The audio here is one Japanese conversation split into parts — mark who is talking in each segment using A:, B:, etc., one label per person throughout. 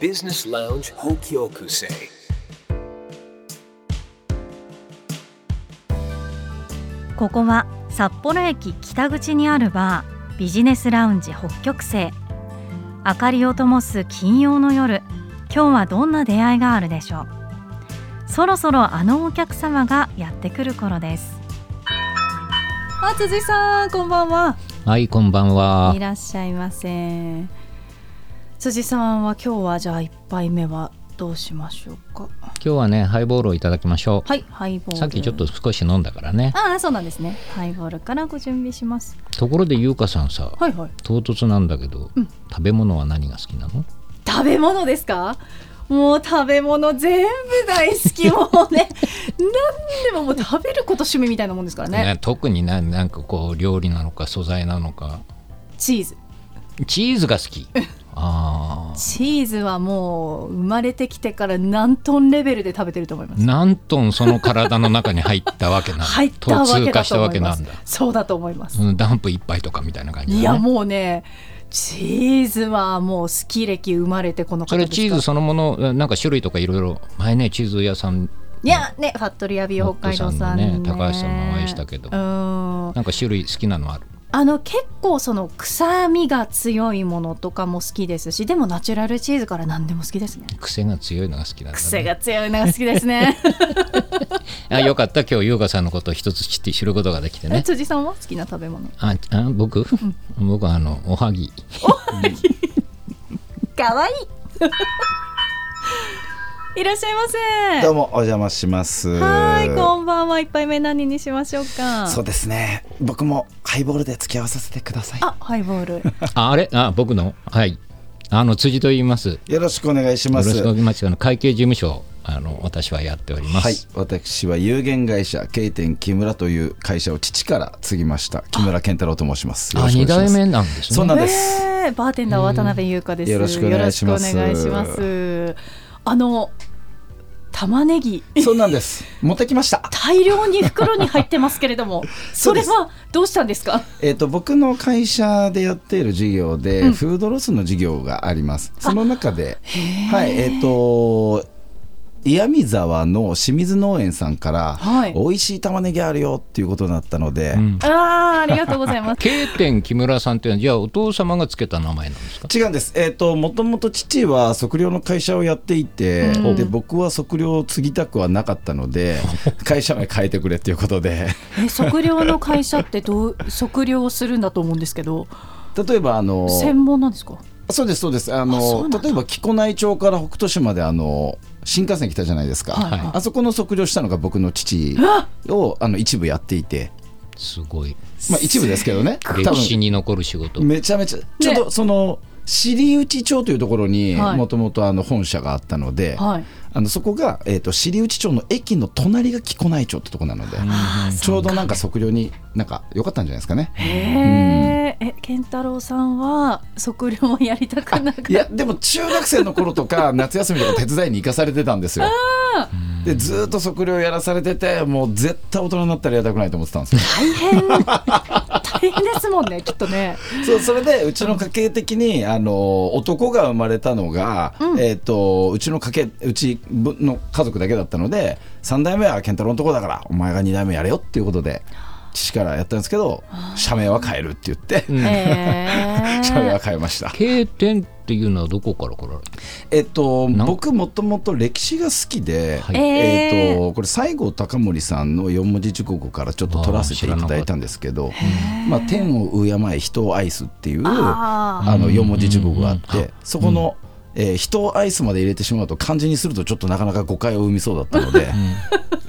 A: Business Lounge Hokyokusei. Business
B: ここは札幌駅北口にあるバービジネスラウンジ北極星明かりを灯す金曜の夜今日はどんな出会いがあるでしょうそろそろあのお客様がやってくる頃ですあ辻井さんこんばんは。
C: はい、こんばんはい
B: らっしゃいませ辻さんは今日はじゃあ一杯目はどうしましょうか
C: 今日はね、ハイボールをいただきましょう。
B: はいハイボール
C: さっきちょっと少し飲んだからね。
B: ああそうなんですねハイボールからご準備します
C: ところで、優香さんさ、
B: はいはい
C: 唐突なんだけど、
B: うん
C: 食べ物は何が好きなの
B: 食べ物ですかもう食べ物全部大好 きもうね何でももう食べること趣味みたいなもんですからね
C: ね特にななんかこう、料理なのか素材なのか。
B: チーズ
C: チーズが好き。ああ。
B: チーズはもう生まれてきてから何トンレベルで食べてると思います
C: 何トンその体の中に入ったわけなん だ。
B: 入ったわ
C: と
B: け
C: 通
B: だ
C: 過し
B: と
C: たわ
B: 思い
C: けな
B: ま
C: ん
B: す
C: だ。
B: そうだと思います、
C: うんダンプ一杯とかみたいな感じだね
B: いやもうねチーズはもう好き歴生まれてこの方
C: そ
B: です
C: れ
B: か
C: チーズそのものなんか種類とかいろいろ前ねチーズ屋さん
B: いやねファットリアビオ北海道さん
C: ノットさんのね高橋さんもお会いしたけど
B: うん
C: なんか種類好きなのある
B: あの結構その臭みが強いものとかも好きですしでもナチュラルチーズから何でも好きですね
C: 癖が強いのが好きなんだ、ね、
B: 癖が強いのが好きですね
C: あよかった今日優香さんのことを一つ知って知ることができて
B: え
C: ね
B: 辻さんは好きな食べ物
C: ああ僕、僕はあのおはぎ
B: かわい いいらっしゃいま
D: ど
B: せ
D: うもお邪魔します。
B: はいこんばんは一杯目何にしましょうか
D: そうですね。僕もハイボールで付き合わさせてください。
B: あハイボール
C: ああれあ僕のはいあの辻と言いますよ
D: よろしくお願いしま
C: ろ
D: す。
C: しくお願いしますあの会計事務所あの私はやっておりま
D: はい
C: す、、
D: 私は有限会社経典木村という会社を父から継ぎました木村健太郎と申します。よ
C: あ
D: ろしく
C: 二
D: お願い
C: 代
D: します
C: 目なんですね
D: そうなんです。
B: えーバーテンダー渡辺優香です
D: よろしくお願いします
B: よろしくお願いしますあの玉ねぎ
D: そうなんです。持ってきました。
B: 大量に袋に入ってますけれどもそ
D: そう
B: れ
D: です
B: はどうしたんですか
D: えっ、と僕の会社でやっている事業で、
B: うん
D: フードロスの事業があります。その中で、はい、えっ、と岩見沢の清水農園さんから、
B: はい
D: 美味しい玉ねぎあるよっていうことになったので、
C: うん
B: あーありがとうございます
C: 経典木村さんっていうのはじゃあお父様がつけた名前なんですか
D: 違うんです、えー、ともともと父は測量の会社をやっていて、
B: うん
D: で僕は測量を継ぎたくはなかったので会社名変えてくれっていうことで
B: え測量の会社ってどう測量をするんだと思うんですけど
D: 例えばあの
B: 専門なんですか
D: そうですそうですあ
B: あそうな
D: の
B: んだ
D: 例えば木古内町から北斗市まであの新幹線来たじゃないですか、
B: はい
D: あそこの測量したのが僕の父をあの一部やっていて、
C: すごい
D: まあ、一部ですけどね
C: 歴史に残る仕事
D: めちゃめちゃちょっとその尻内町というところに
B: はい
D: もともと本社があったので、
B: はい
D: あのそこが、えー、と尻内町の駅の隣が木古内町ってとこなので、ちょうどなんか測量になんか良かったんじゃないですかね。
B: へーえ健太郎さんは測量をやりたくなく
D: いやでも中学生の頃とか夏休みとか手伝いに行かされてたんですよ。でずーっと測量やらされててもう絶対大人になったらやりたくないと思ってたんですよ。
B: 大変 大変ですもんねきっとね
D: そうそれでうちの家系的にあの男が生まれたのが、えー、とうちの家系うちの家族だけだったので3代目は健太郎のとこだからお前が2代目やれよっていうことで父からやったんですけど社名は変えるって言って、
B: へ
D: 社名は
B: ー
D: 変えました。
C: 経典っていうのはどこから来られた
D: えっと、
C: なん
D: 僕もともと歴史が好きで、
C: はい
B: えー
D: えっとこれ西郷隆盛さんの四文字熟語からちょっと取らせていただいたんですけど「まあ、天を敬い人を愛す」っていう
B: あ
D: あ
B: ー
D: の四文字熟語があ
C: う
D: っ
C: んうんうん
D: てそこの、えー人を愛す」まで入れてしまうと漢字にするとちょっとなかなか誤解を生みそうだったので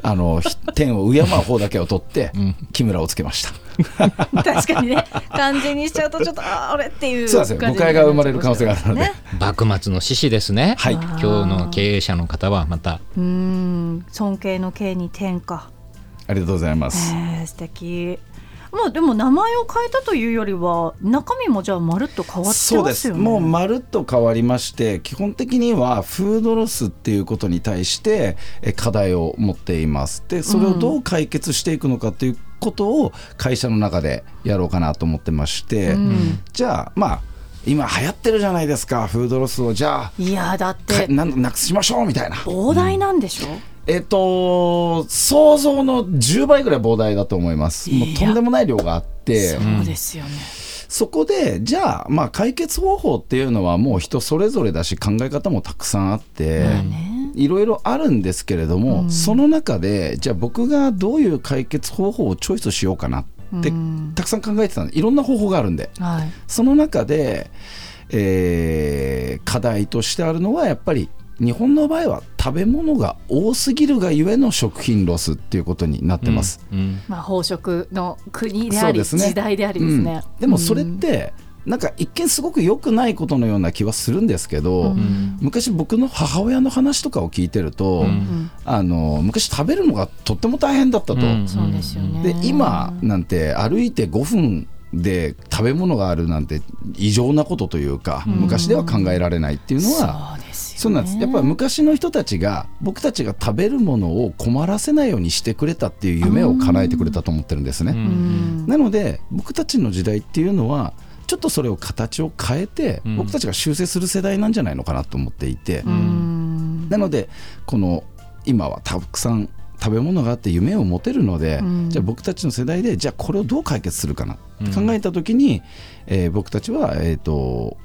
D: あのひ天を敬う方だけを取って木村をつけました。
B: 確かにね漢字にしちゃうとちょっとあーあれっていう
D: そうなんですよ誤解が生まれる可能性があるので。
C: 幕末の志士ですね、
D: はい
C: 今日の経営者の方はまた
B: うーん尊敬の敬に天か、
D: ありがとうございます。
B: えー、素敵まあでも名前を変えたというよりは中身もじゃあまるっと変わってます
D: そ
B: よ
D: う
B: ね
D: ですもうまるっと変わりまして基本的にはフードロスっていうことに対してえ課題を持っていますでそれをどう解決していくのかということを会社の中でやろうかなと思ってまして、
B: うん
D: じゃあまあ今流行ってるじゃないですかフードロスをじゃ
E: いやだっ
D: あか
E: て
D: なんなくしましょうみたいな
E: 膨大なんでしょ、
D: えっと想像の10倍ぐらい膨大だと思いますもうとんでもない量があって
E: そうですよね、
D: そこでじゃあ,、まあ解決方法っていうのはもう人それぞれだし考え方もたくさんあって、いろいろあるんですけれども、その中でじゃあ僕がどういう解決方法をチョイスしようかなって、たくさん考えてたんでいろんな方法があるんで
E: はい
D: その中で、えー課題としてあるのはやっぱり日本の場合は食べ物が多すぎるがゆえの食品ロスっていうことになってます。
C: うん
E: まあ、飽食の国で
D: そ
E: あ
D: う
E: り
D: ですね
E: 時代でありですね、
D: うんでもそれって、なんか一見すごく良くないことのような気はするんですけど、昔僕の母親の話とかを聞いてると、
C: うん
D: あの昔食べるのがとっても大変だったと、
C: うん
E: そうですよね
D: で今なんて歩いて5分で食べ物があるなんて異常なことというか、昔では考えられないっていうの
E: そ
D: は、
E: うですよね
D: そうなんですやっぱり昔の人たちが僕たちが食べるものを困らせないようにしてくれたっていう夢を叶えてくれたと思ってるんですね。
E: うん
D: なので僕たちの時代っていうのはちょっとそれを形を変えて、
C: うん
D: 僕たちが修正する世代なんじゃないのかなと思っていて、
E: うん
D: なのでこの今はたくさん食べ物があって夢を持てるので、
E: うん
D: じゃあ僕たちの世代でじゃあこれをどう解決するかなって考えた時に、えー僕たちは、えー、と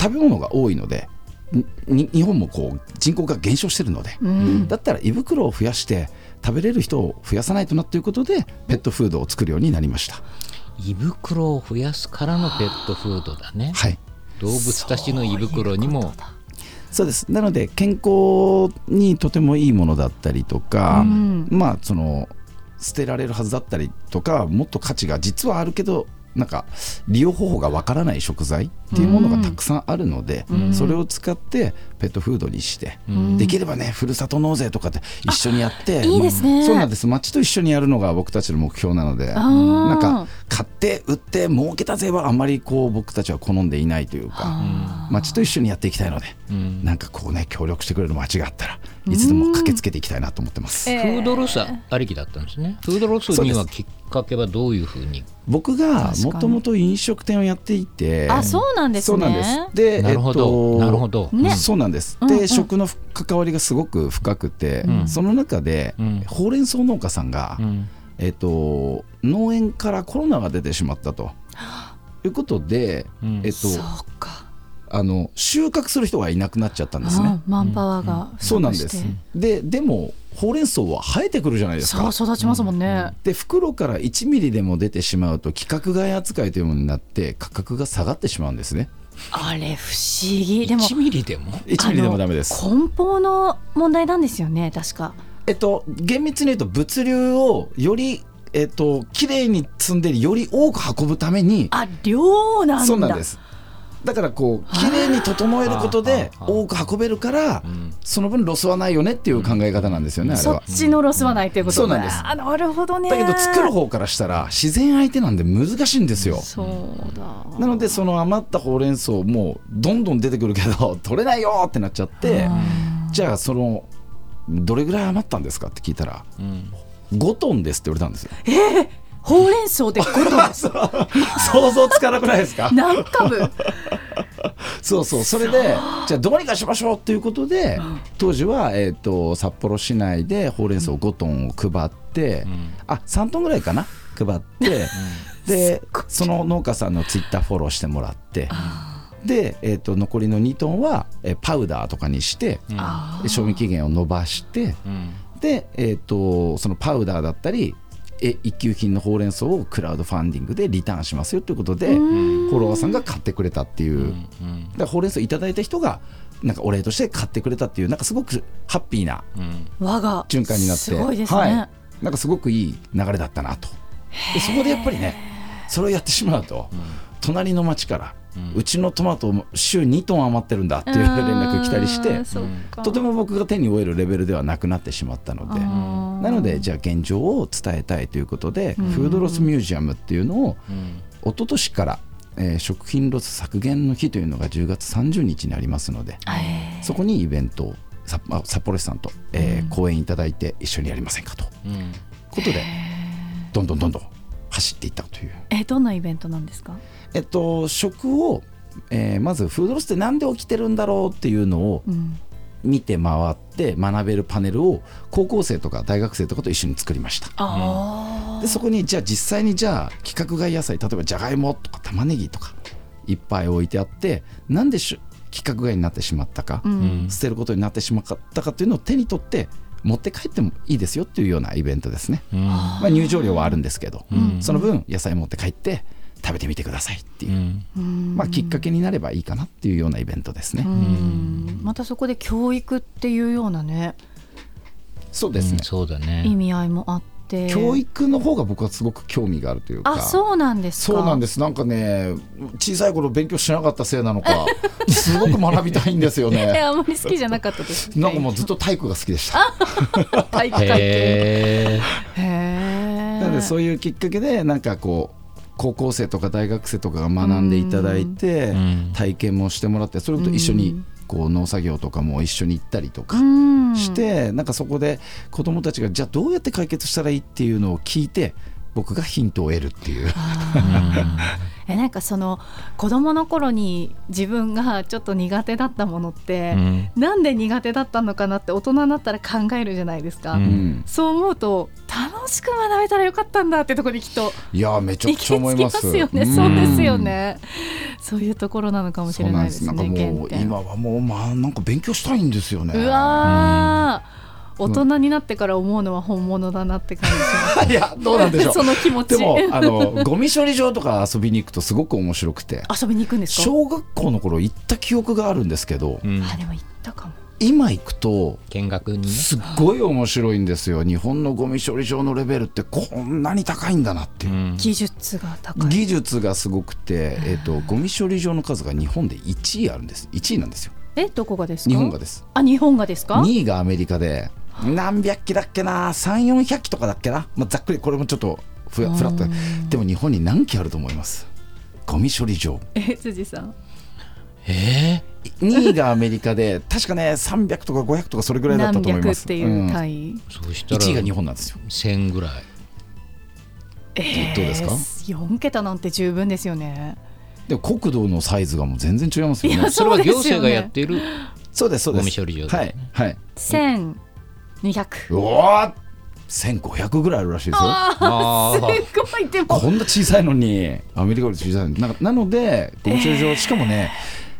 D: 食べ物が多いのでにに日本もこう人口が減少してるので、
E: うん
D: だったら胃袋を増やして食べれる人を増やさないとなということでペットフードを作るようになりました。
C: 胃袋を増やすからのペットフードだね、
D: はい
C: 動物たちの胃袋にも
D: そうですなので健康にとてもいいものだったりとか、
E: うん
D: まあその捨てられるはずだったりとかもっと価値が実はあるけどなんか利用方法がわからない食材っていうものがたくさんあるので、それを使ってペットフードにして、できればねふるさと納税とかで一緒にやって
E: いいですね
D: まあそうなんです町と一緒にやるのが僕たちの目標なので
E: あー
D: なんか買って売って儲けた税はあまりこう僕たちは好んでいないというか町と一緒にやっていきたいので、
C: ん
D: なんかこうね協力してくれる町があったらいつでも駆けつけていきたいなと思ってます。
C: フードロスありきだったんですねフードロスにはきっかけはどういうふうに
D: 僕
E: 確か
D: が
E: に
D: もともと飲食店をやっていて
E: あそうなんですね
D: そうなんですで
C: なるほどなるほど
E: ね
D: そうなんです、
E: うんう
D: で
E: ん
D: 食の関わりがすごく深くて、
C: うん
D: その中で、
C: うん
D: ほうれん草農家さんが、
C: うん
D: えっと農園からコロナが出てしまったと。いうことで、
C: うん
D: えっと
E: そうか、
D: あの収穫する人がいなくなっちゃったんですね
E: あ。マンパワーが、
D: そうなんです。ででもほうれん草は生えてくるじゃないです
E: そ
D: か
E: う。育ちますもんね、
D: で袋から1ミリでも出てしまうと規格外扱いというものになって価格が下がってしまうんですね。
E: あれ不思議でも
C: 1ミリでも
D: 1ミリでもダメです。
E: あの梱包の問題なんですよね確か
D: えっと厳密に言うと物流をよりえっと綺麗に積んでより多く運ぶために
E: あ量なんだ
D: そうなんです。だからこう綺麗に整えることで
C: あー
D: 多く運べるから
C: ん
D: その分ロスはないよねっていう考え方なんですよねあれ
E: そっ
D: は。
E: ちのロスはないということ
D: そうなんです
E: あなるほどね
D: だけど作る方からしたら自然相手なんで難しいんですよ。
E: そうだ
D: なのでその余ったほうれん草もどんどん出てくるけど 取れないよってなっちゃってじゃあそのどれぐらい余ったんですかって聞いたら
C: うん
D: 5トンですって言われたんですよ。
E: ほうれん草で5トン
D: 想像つかなくないですか
E: 何株
D: そうそうそれでじゃあどうにかしましょうっていうことで当時は、えー、と札幌市内でほうれん草5トンを配って、
C: ん
D: あ3トンぐらいかな配って、でその農家さんのツイッターフォローしてもらって。で、えー、と残りの2トンは、えーパウダーとかにして、で賞味期限を延ばして、
C: うん
D: で、えー、とそのパウダーだったりえ一級品のほうれん草をクラウドファンディングでリターンしますよということでフォロワーさんが買ってくれたっていう、
C: うん
D: だからほうれん草いただいた人がなんかお礼として買ってくれたっていうなんかすごくハッピーな
C: うん
E: 我が
D: 循環になって
E: すごいですね、
D: はい、なんかすごくいい流れだったなとでそこでやっぱりねそれをやってしまうと、隣の町から、うちのトマトも週2トン余ってるんだっていう連絡来たりしてとても僕が手に負えるレベルではなくなってしまったのでなのでじゃあ現状を伝えたいということでフードロスミュージアムっていうのを
C: うん
D: 一昨年から、えー食品ロス削減の日というのが10月30日にありますのでそこにイベントを札あ札幌市さんと、えー講演いただいて一緒にやりませんかという
C: うん
D: ことでどんどんどんどん走っていったという。
E: えどんなイベントなんですか
D: えっと、食をえーまずフードロスってなんで起きてるんだろうっていうのを
E: うん
D: 見て回って学べるパネルを高校生とか大学生とかと一緒に作りました
E: ああ
D: でそこにじゃあ実際にじゃあ規格外野菜例えばじゃがいもとか玉ねぎとかいっぱい置いてあってなんでしゅ規格外になってしまったか、
E: う
C: うんん
D: 捨てることになってしまったかっていうのを手に取って持って帰ってもいいですよっていうようなイベントですね、
C: うん
D: まあ、入場料はあるんですけど、
C: うん
D: その分野菜持って帰って食べてみてくださいっていうう、
C: ん
D: まあ、きっかけになればいいかなっていうようなイベントですね、
E: うんまたそこで教育っていうようなね
D: そうですね
C: うん、そうだ
E: 意
C: ね
E: 味合いもあって
D: 教育の方が僕はすごく興味があるというか
E: あそうなんですか
D: そうなんですすなんかね小さい頃勉強しなかったせいなの かすごく学びたいんですよ
E: え
D: ね
E: あんまり好きじゃなかったです
D: なんかもうずっと体育が好きでした
E: 体育会
C: へ
E: 系
C: え
E: へえ
D: なのでそういうきっかけでなんかこう高校生とか大学生とかが学んでいただいて
C: うん
D: 体験もしてもらってそれと一緒にこう農作業とかも一緒に行ったりとか
E: うん
D: してなんかそこで子どもたちがじゃあどうやって解決したらいいっていうのを聞いて僕がヒントを得るっていう。
E: えなんかその子供の頃に自分がちょっと苦手だったものって、なんで苦手だったのかなって大人になったら考えるじゃないですか、
C: うん
D: うん
E: そう思うと楽しく学べたらよかったんだってところにきっと
D: いやーめちゃ
E: 行
D: く
E: き
D: ちゃ
E: 着き
D: 思い
E: ま
D: ます。
E: すよね
D: ん
E: そうですよねそういうところなのかもしれないですね
D: そうなんですなんかもう
E: 原点
D: 今はもうまあなんか勉強したいんですよね。
E: うわー、大人になってから思うのは本物だなって感じし ます
D: いやどうなんでしょ う。
E: その気持ち
D: でもあのゴミ処理場とか遊びに行くとすごく面白くて。
E: 遊びに行くんですか
D: 小学校の頃行った記憶があるんですけど、
C: うん
E: あでも行ったかも
D: 今行くと
C: 見学にね
D: すっごい面白いんですよ日本のゴミ処理場のレベルってこんなに高いんだなっていうう、
C: ん
E: 技術が高い
D: 技術がすごくて、えっとゴミ処理場の数が日本で1位あるんです1位なんですよ
E: えどこがですか
D: 日本がです
E: あ日本がですか
D: 2位がアメリカで何百機だっけな3400機とかだっけな、まあ、ざっくりこれもちょっとふやふらっとでも日本に何機あると思いますゴミ処理場
E: え辻さん
C: え
D: 2位がアメリカで 確かね300とか500とかそれぐらいだった
E: 何
D: と思い
E: 百
D: ま
E: っ
D: す
E: てい
D: うん
E: う単位、
C: ーそうしたら
D: 1位が日本なんですよ
C: 1000ぐらい
E: え
D: どうですか
E: 4桁なんて十分ですよね
D: でも国土のサイズがもう全然違いますよ
E: いや
D: ね
C: それは行政がやっている
D: そうですそうです
C: ゴミ処理場だ
D: は
C: よ
D: いはい
E: 1200
D: うわー1500ぐらいあるらしいですよ
C: あー
E: すごいでも
D: こんな小さいのにアメリカより小さいのになんかなのでゴミ処理場、しかもね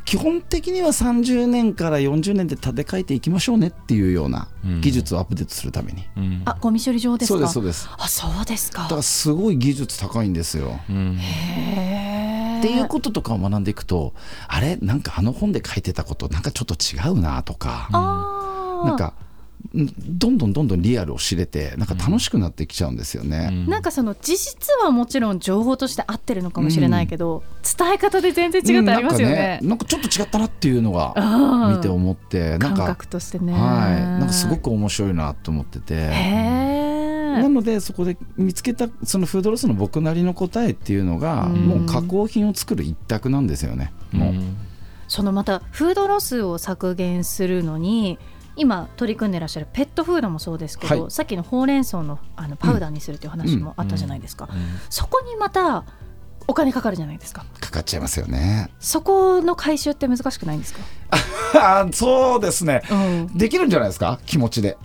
D: 基本的には30年から40年で建て替えていきましょうねっていうような
C: うん
D: 技術をアップデートするために、
C: うん
E: あゴミ処理場ですか
D: そうですそうです
E: あそうですか
D: だからすごい技術高いんですよ、
C: うん
E: へー
D: っていうこととかを学んでいくとあれなんかあの本で書いてたことなんかちょっと違うなとか、
E: あー
D: なんかんどんどんどんどんリアルを知れてなんか楽しくなってきちゃうんですよね、
E: なんかその事実はもちろん情報として合ってるのかもしれないけど、伝え方で全然違ってありますよね
D: う。んなんかねなんかちょっと違ったなっていうのが
E: うん
D: 見て思って、なん
E: 感
D: か
E: 覚としてね。
D: はい、なんかすごく面白いなと思って
E: へ
D: て。
E: え
D: なのでそこで見つけたそのフードロスの僕なりの答えっていうのが、
E: うん
D: もう加工品を作る一択なんですよね。もう
E: そのまたフードロスを削減するのに今取り組んでらっしゃるペットフードもそうですけど、
D: はい
E: さっきのほうれん草のあのパウダーにするっていう話もあったじゃないですか、
C: うん
E: そこにまたお金かかるじゃないですか
D: かかっちゃいますよね。
E: そこの回収って難しくないんですか、
D: あーそうですね。
E: うん、
D: できるんじゃないですか気持ちで。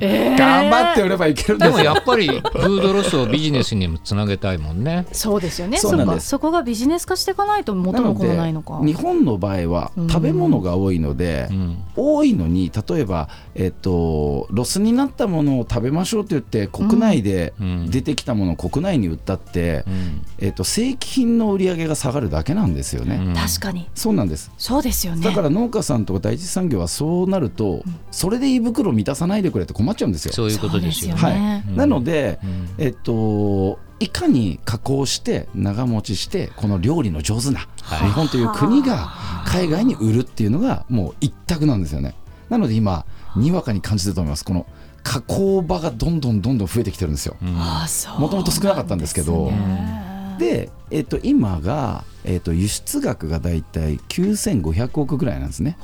E: えー
D: 頑張って売ればいけるん
C: で
D: です
C: もやっぱりフードロスをビジネスにもつなげたいもんね。
E: そうですよね
D: そう
E: そ
D: な
E: っ
D: ん
E: か
D: です
E: そこがビジネス化していかないと元も子もないのか
D: 日本の場合は
E: うん
D: 食べ物が多いので、
C: うん
D: 多いのに例えば、えっとロスになったものを食べましょうと言って国内で
C: うん
D: 出てきたものを国内に売ったって
C: う、ん
D: えっと正規品の売り上げが下がるだけなんですよね、
C: うん
E: 確かに
D: そうなんです
E: そうですよね
D: だから農家さんとか第一産業はそうなると、それで胃袋満たさないでくれって困っちゃうんですよ
C: そういうことですよ
E: そう
C: ね。
E: ですよ
D: は
E: ね
D: い、なので、
C: うん
D: えっといかに加工して長持ちしてこの料理の上手な日本という国が海外に売るっていうのがもう一択なんですよねなので今にわかに感じてると思いますこの加工場がどんどんどんどん増えてきてるんですよ
C: うん
E: あそう
D: もともと少なかったんですけど
E: なんですね
D: で、えっと、今が、えっと、輸出額がだいたい9500億ぐらいなんですね、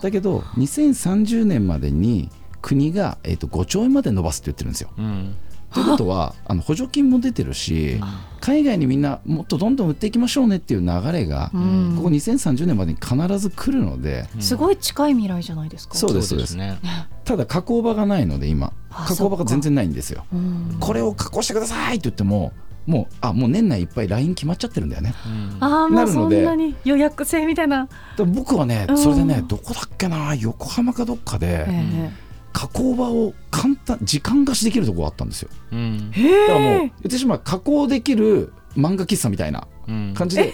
D: だけど2030年までに国が、えっと、5兆円まで伸ばすって言ってるんですよ
C: うん
D: ということはあの補助金も出てるし海外にみんなもっとどんどん売っていきましょうねっていう流れが、
E: うん
D: ここ2030年までに必ず来るので、
E: すごい近い未来じゃないですか。
D: そうですそうです
C: ね。
D: ただ加工場がないので今
E: あ
D: 加工場が全然ないんですよ。
E: うん
D: これを加工してくださいって言ってももうあもう年内いっぱい LINE 決まっちゃってるんだよね。
C: うん
E: ああも
D: な
E: う
D: る
E: そ
D: の
E: ん
D: で
E: なに予約制みたいな。
D: だから僕はね
E: うん
D: それでねどこだっけな横浜かどっかで
E: え
D: 加工場を簡単時間貸しできるとこがあったんですよ。
C: うん
E: え
D: だからもう言
E: へえ。
D: ってしまえば加工できる漫画喫茶みたいな
C: うん
D: 感じで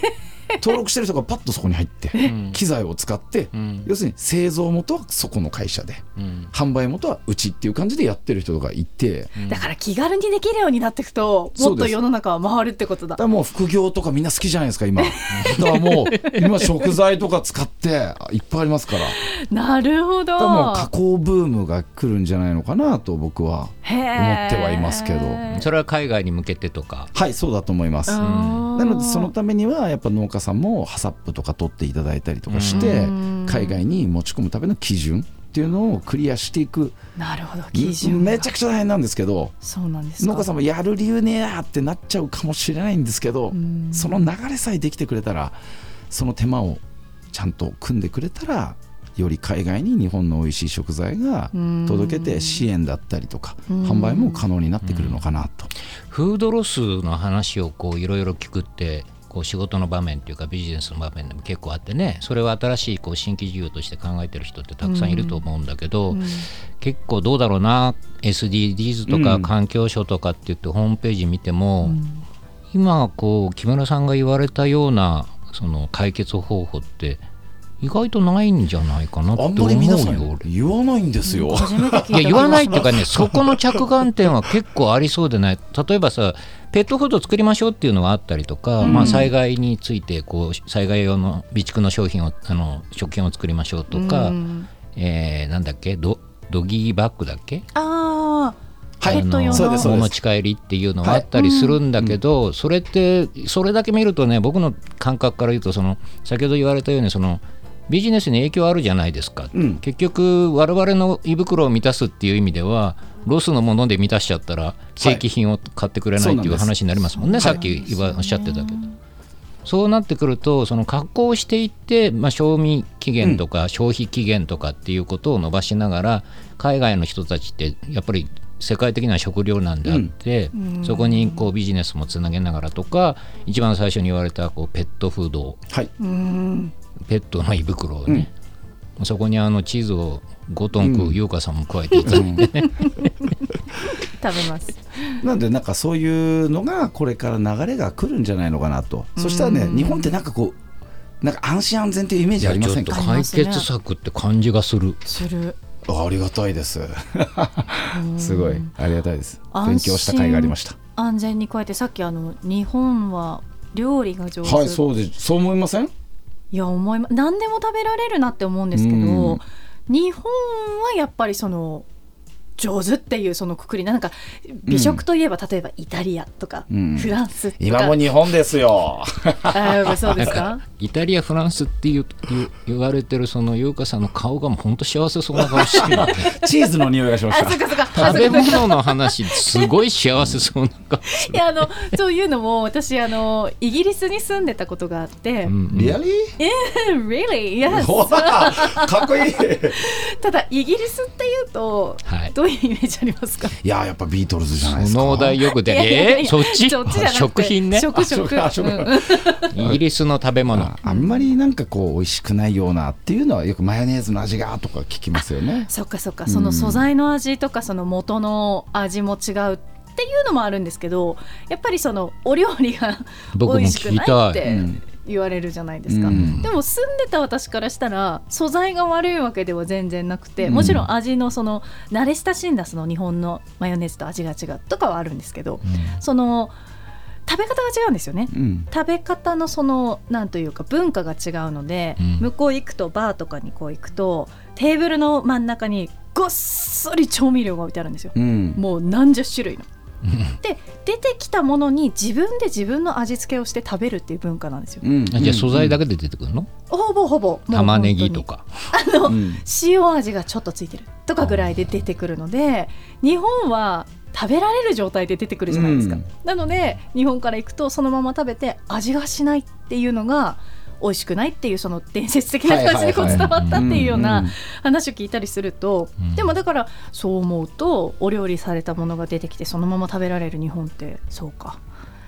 D: 登録してる人がパッとそこに入って
C: うん
D: 機材を使って
C: うん
D: 要するに製造元はそこの会社で
C: うん
D: 販売元はうちっていう感じでやってる人がいてだ
E: だ
D: か
E: から気軽にできるようになっていくともっと世の中は回るってことだ。
D: らもう副業とかみんな好きじゃないですか今だからもう今食材とか使っていっぱいありますから
E: なるほど。
D: だからもう加工ブームが来るんじゃないのかなと僕は
E: へえ
D: 思ってはいますけど
C: それは海外に向けてとか。
D: はいそうだと思います
E: う
D: なんのでそのためにはやっぱ農家さんもハサップとか取っていただいたりとかして
E: うん
D: 海外に持ち込むための基準っていうのをクリアしていく
E: なるほど基準が
D: めちゃくちゃ大変なんですけど
E: そうなんですか。
D: 農家さんもやる理由ねえなってなっちゃうかもしれないんですけど
E: うん
D: その流れさえできてくれたらその手間をちゃんと組んでくれたらより海外に日本の美味しい食材が
E: うん
D: 届けて支援だったりとか
E: うん
D: 販売も可能になってくるのかなと。
C: フードロスの話をこういろいろ聞くってこう仕事の場面というかビジネスの場面でも結構あってねそれは新しいこう新規事業として考えてる人ってたくさんいると思うんだけど、結構どうだろうな SDGs と
D: う
C: か
D: ん
C: 環境省とかって言ってホームページ見ても、今こう木村さんが言われたようなその解決方法って意外とないんじゃないかなって
D: あ
C: 思
D: ん
C: うよ
D: まり皆さん
C: 俺
D: 言わないんですよ。
E: 初めて聞いた気
C: い
E: が
C: や
E: します
C: 言わないっていうかね、そこの着眼点は結構ありそうでない、例えばさ、ペットフード作りましょうっていうのはあったりとか、まあ、災害についてこう、災害用の備蓄の商品を、あの食品を作りましょうとか、
E: うん
C: えーなんだっけ、ドドギーバッグだっけ、
E: ああ、
D: は
E: ペ
D: い
E: ット用
D: そうで
E: の
D: すそう
C: お
D: です
C: 持ち帰りっていうのはあったりするんだけど、それってそれだけ見るとね僕の感覚から言うとその先ほど言われたようにそのビジネスに影響あるじゃないですか、
D: うん
C: 結局我々の胃袋を満たすっていう意味ではロスのもので満たしちゃったら正規品を買ってくれないってい
D: そう
C: う
D: なんです
C: 話になりますもんね、さっき言わおっしゃってたけど。そうなってくるとその加工していって、まあ、賞味期限とか消費期限とかっていうことを伸ばしながら、海外の人たちってやっぱり世界的な食料難であって、
E: うん
C: そこにこうビジネスもつなげながらとか一番最初に言われたこうペットフードを
D: はい、
E: うん
C: ペットの胃袋をね、そこにあのチーズを5トン食う優香さんも加えていただいて、
E: 食べます。
D: なんでなんかそういうのがこれから流れが来るんじゃないのかなと、そしたらね日本ってなんかこうなんか安心安全っていうイメー
C: い
D: ジあ
C: や
D: りま
C: ちょ
D: せ
C: っ
D: ん
C: と
D: か
E: ありま
C: 解
E: すね
C: 決策って感じがする。
E: する。
D: あありがたいです。すごいありがたいです。
E: 安心
D: 勉強した甲斐がありました。
E: 安全に加えてさっきあの日本は料理が上手。
D: はい、そうでそう思いません？
E: いや思いま何でも食べられるなって思うんですけ
D: うん
E: ど、日本はやっぱりその。上手っていうそのくくりななんか美食といえば、例えばイタリアとか、
D: うん
E: フランスとか
D: 今も日本ですよ。
E: あやっぱそうですか
C: イタリア、フランスっていう言う言われてるその優香さんの顔がもう本当幸せそうな顔してるよね
D: チーズの匂いがしま した。
C: 食べ物の話すごい幸せそうな顔して
E: いやあのそういうのも私あのイギリスに住んでたことがあって、
C: る、うんうん
D: リアリ ー？
E: really yes
D: わあかっこいい。い
E: ただイギリスっていうと、
C: はい
E: どういうイメージありますか
D: ややっぱビートルズじゃないです
C: そ
D: か。
C: のお題よく
E: いやいやいや
C: で、えーそっち
E: そっちじゃなくて
C: 食品ね。
E: 食食
D: あ食
E: うん
C: イギリスの食べ物。
D: ああんまりなんかこう美味しくないようなっていうのはよくマヨネーズの味がとか聞きますよね。
E: そっかそっかその素材の味とかその元の味も違うっていうのもあるんですけどやっぱりそのお料理が
C: 僕も
E: 美味しくな
C: 聞
E: いっ
C: きたい
E: て
D: うん
E: 言われるじゃないですか、
D: うん
E: でも住んでた私からしたら素材が悪いわけでは全然なくて、
D: うん
E: もちろん味のその慣れ親しんだその日本のマヨネーズと味が違うとかはあるんですけど、その食べ方が違うんですよね。
D: うん。
E: 食べ方のそのなんというか文化が違うので、
C: うん
E: 向こう行くとバーとかにこう行くとテーブルの真ん中にごっそり調味料が置いてあるんですよ、
D: うん。
E: もう何十種類の。で出てきたものに自分で自分の味付けをして食べるっていう文化なんですよ。
D: うん
C: あじゃあ素材だ
D: け。
C: けで出てくるの？
E: ほぼほぼもう
C: 玉ねぎと
E: 本
C: か。
D: うん
E: 当に塩味がちょっとついてるとかぐらいで出てくるので日本は食べられる状態で出てくるじゃないですか、
D: うん
E: なので日本から行くとそのまま食べて味がしないっていうのが美味しくないっていうその伝説的な感じでこう
D: はい
E: 伝
D: はいはい
E: わったっていうよう
D: うん
E: な
D: うん
E: 話を聞いたりすると、
C: うん
E: でもだからそう思うとお料理されたものが出てきてそのまま食べられる日本ってそうか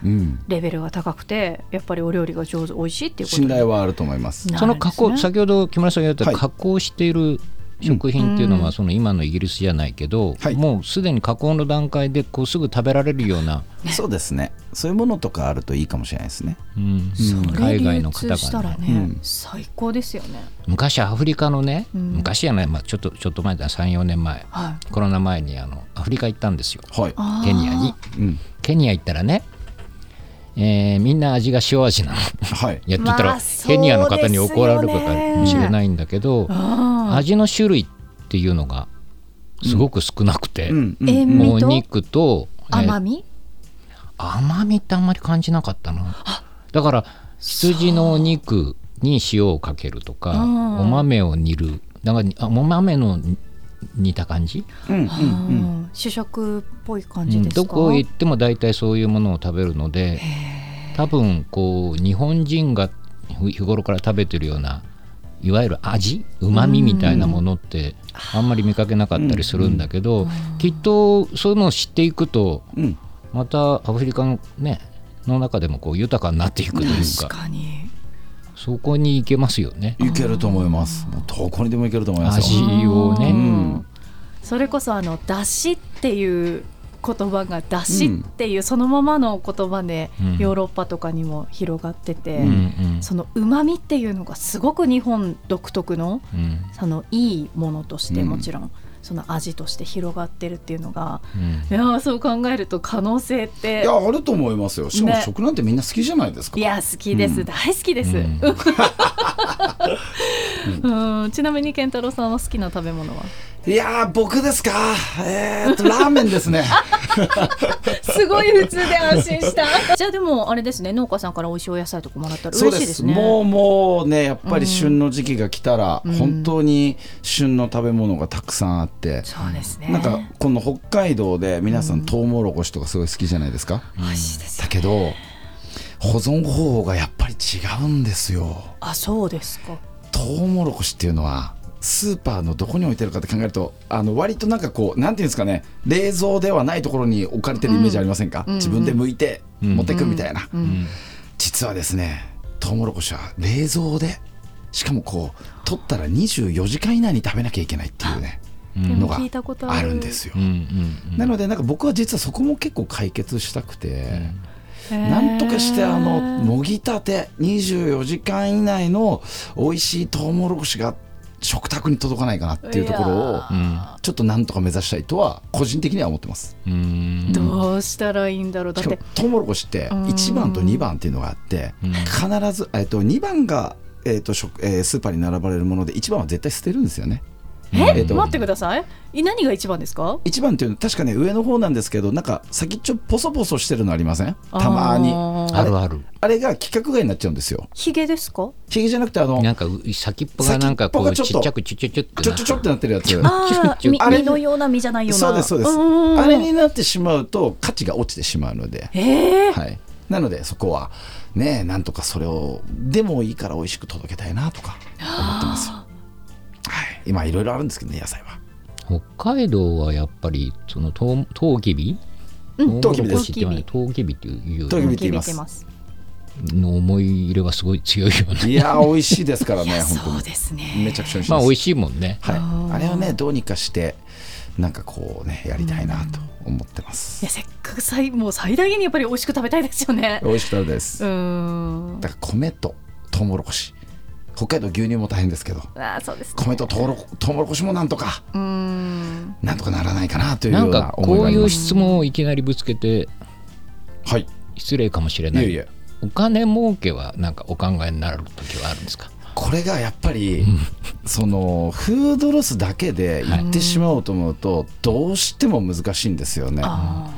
D: うん
E: レベルが高くてやっぱりお料理が上手美味しいっていうこと
D: 信頼はあると思います。
E: な
C: そ
E: るんですね
C: の加工、先ほど木村さんが言った
D: はい
C: 加工している食品っていうの
E: うん
C: はその今のイギリスじゃないけど、
D: はい
C: もうすでに加工の段階でこうすぐ食べられるような、
D: そうですね。そういうものとかあるといいかもしれないですね。
C: うん
D: そ
C: 海外の
E: 流
C: 方
E: 通した
C: が、ね、
E: らね、
D: うん
E: 最高ですよね
C: 昔アフリカのね、
E: うん
C: 昔じゃない、まあ、ちょっとちょっと前だ34年前
E: はい
C: コロナ前にあのアフリカ行ったんですよ
D: はい。
E: あー
C: ケニアに
D: うん。
C: ケニア行ったらね、えーみんな味が塩味なの
D: はい。
C: いやって言った
E: ま
C: ら
E: あそう
C: ケニアの方に怒られるかもしれないんだけど、
E: あ
C: 味の種類っていうのがすごく少なくて、
D: うん。うん
E: ー塩
C: もう
E: 味
C: お
E: と
C: 肉と、えー
E: 甘み、
C: 甘みってあんまり感じなかったなだから羊のお肉に塩をかけるとか
E: うん
C: お豆を煮るなんかあお豆の煮た感じ、
D: うんうんうん。
E: うん主食っぽい感
C: う
E: じ
C: ん
E: ですか、
C: どこへ行っても大体そういうものを食べるので多分こう日本人がふ日頃から食べてるようないわゆる味うまみみたいなものってあんまり見かけなかったりするんだけど、きっとそういうのを知っていくと
D: うん。
C: またアフリカのねの中でもこう豊かになっていくという
E: 確
C: か
E: かに
C: そこに行けますよね
D: いけると思います。もうどこにでもいけると思いますよ。
C: 味を
E: う
C: ね
E: んそれこそあの「だし」っていう言葉が「だし」っていうそのままの言葉で
C: うん
E: ヨーロッパとかにも広がってて、
C: うんうん
E: そのうまみっていうのがすごく日本独特の
C: うん
E: そのいいものとして
D: うん
E: もちろん、その味として広がってるっていうのが
C: うん
E: いやーそう考えると可能性って
D: いやあると思いますよ。しかも
E: ね
D: 食なんてみんな好きじゃないですか。
E: いや好きです、
D: うん
E: 大好きです、
C: う
E: うんんうんちなみに健太郎さんは好きな食べ物はい
D: やー僕ですか。えーっとラーメンですね。
E: すごい普通で安心した じゃあでもあれですね農家さんから美味しいお野菜とかもらったら嬉しいですね
D: もうもうねやっぱり旬の時期が来たら、
E: うん
D: 本当に旬の食べ物がたくさんあって、
E: そうですね
D: なんかこの北海道で皆さんトウモロコシとかすごい好きじゃないですか、
E: 美味しいです
D: だけど保存方法がやっぱり違うんですよ
E: あそうですか
D: トウモロコシっていうのはスーパーのどこに置いてるかって考えるとあの割となんかこうなんていうんですかね冷蔵ではないところに置かれてるイメージありませんか、
E: うんうん
D: 自分で剥いて
C: うん
D: 持ってくみたいな、
E: うん
C: うん
D: 実はですねトウモロコシは冷蔵でしかもこう取ったら24時間以内に食べなきゃいけないっていうね
E: で
D: の
E: も
D: が
E: 聞いたことあ
D: あ
E: る
D: るんですよ
C: うんう。んうん
D: なのでなんか僕は実はそこも結構解決したくて、
E: へー
D: なんとかしてあのもぎたて24時間以内の美味しいトウモロコシが食卓に届かないかなっていうところ
E: い
D: を
E: や
C: うん
D: ちょっとなんとか目指したいとは個人的には思ってます。
C: うん
E: どうしたらいいんだろうだ
D: し
E: っ
D: かも
E: て
D: トウモロコシって
E: うん
D: 1番と2番っていうのがあって
C: うん
D: 必ず、えっと2番が、えっと食えースーパーに並ばれるもので1番は絶対捨てるんですよね。
E: え、
D: えっと
E: 待ってくださいい何が一番ですか
D: 1番っていうのは確かね上の方なんですけどなんか先っちょポソポソしてるのありませんたまーにあ
E: あー
C: あるある
D: れが規格外になっちゃうんですよ
E: ヒゲですか
D: ひげじゃなくてあの
C: なんかう先っぽがなんかこう
D: 先っぽがちょっ
C: ち
D: と
C: っちゃくちょちょちょってな
D: ちょちょちょってなってるや つ
E: あーみ
D: あれ
E: 身のような身じゃないような
D: そうですそうです
E: んん
D: あれになってしまうと価値が落ちてしまうので、
E: えー
D: はい、なのでそこはねなんとかそれをでもいいから美味しく届けたいなとか思ってますよはい今いろいろあるんですけどね野菜は
C: 北海道はやっぱりそのトウトウキビ
E: うん
C: トウモロコシって
E: トウキビ
C: 言わないトウキビっていう
D: トウキビって
E: 聞
D: 言い
E: い
D: ま
E: て
D: す
E: ます
C: の思い入れはすごい強いよね
D: いやー美味しいですか らね本当
E: そう
D: に
E: ですね
D: めちゃくちゃ美味しいです、
C: まあ美味しいもんね
D: はい
E: あー
D: あれをねどうにかしてなんかこうねやりたいなと思ってま
E: い
D: す、
E: やせっかく最もう最大限にやっぱり美味しく食べたいですよね。
D: 美味しく食べたいです、
E: うーん。
D: だから米とトウモロコシ北海道牛乳も大変ですけど
E: あーそうです、ね。
D: 米とトウモロトウモロコシもなんとか
E: うーん。
D: なんとかならないかなという
C: な
D: ようん
C: か
D: な思い
C: こ
D: が
C: う
D: あり
C: い
D: ま
C: う
D: す
C: 質問をいきなりぶつけて
D: はい
C: 失礼かもしれ
D: い
C: な
D: や
C: い
D: いや
C: お金儲けはなんかお考えになる時はあるんですか
D: これがやっぱりそのフードロスだけで言ってしまおうと思うとどうしても難しいんですよね。
E: あ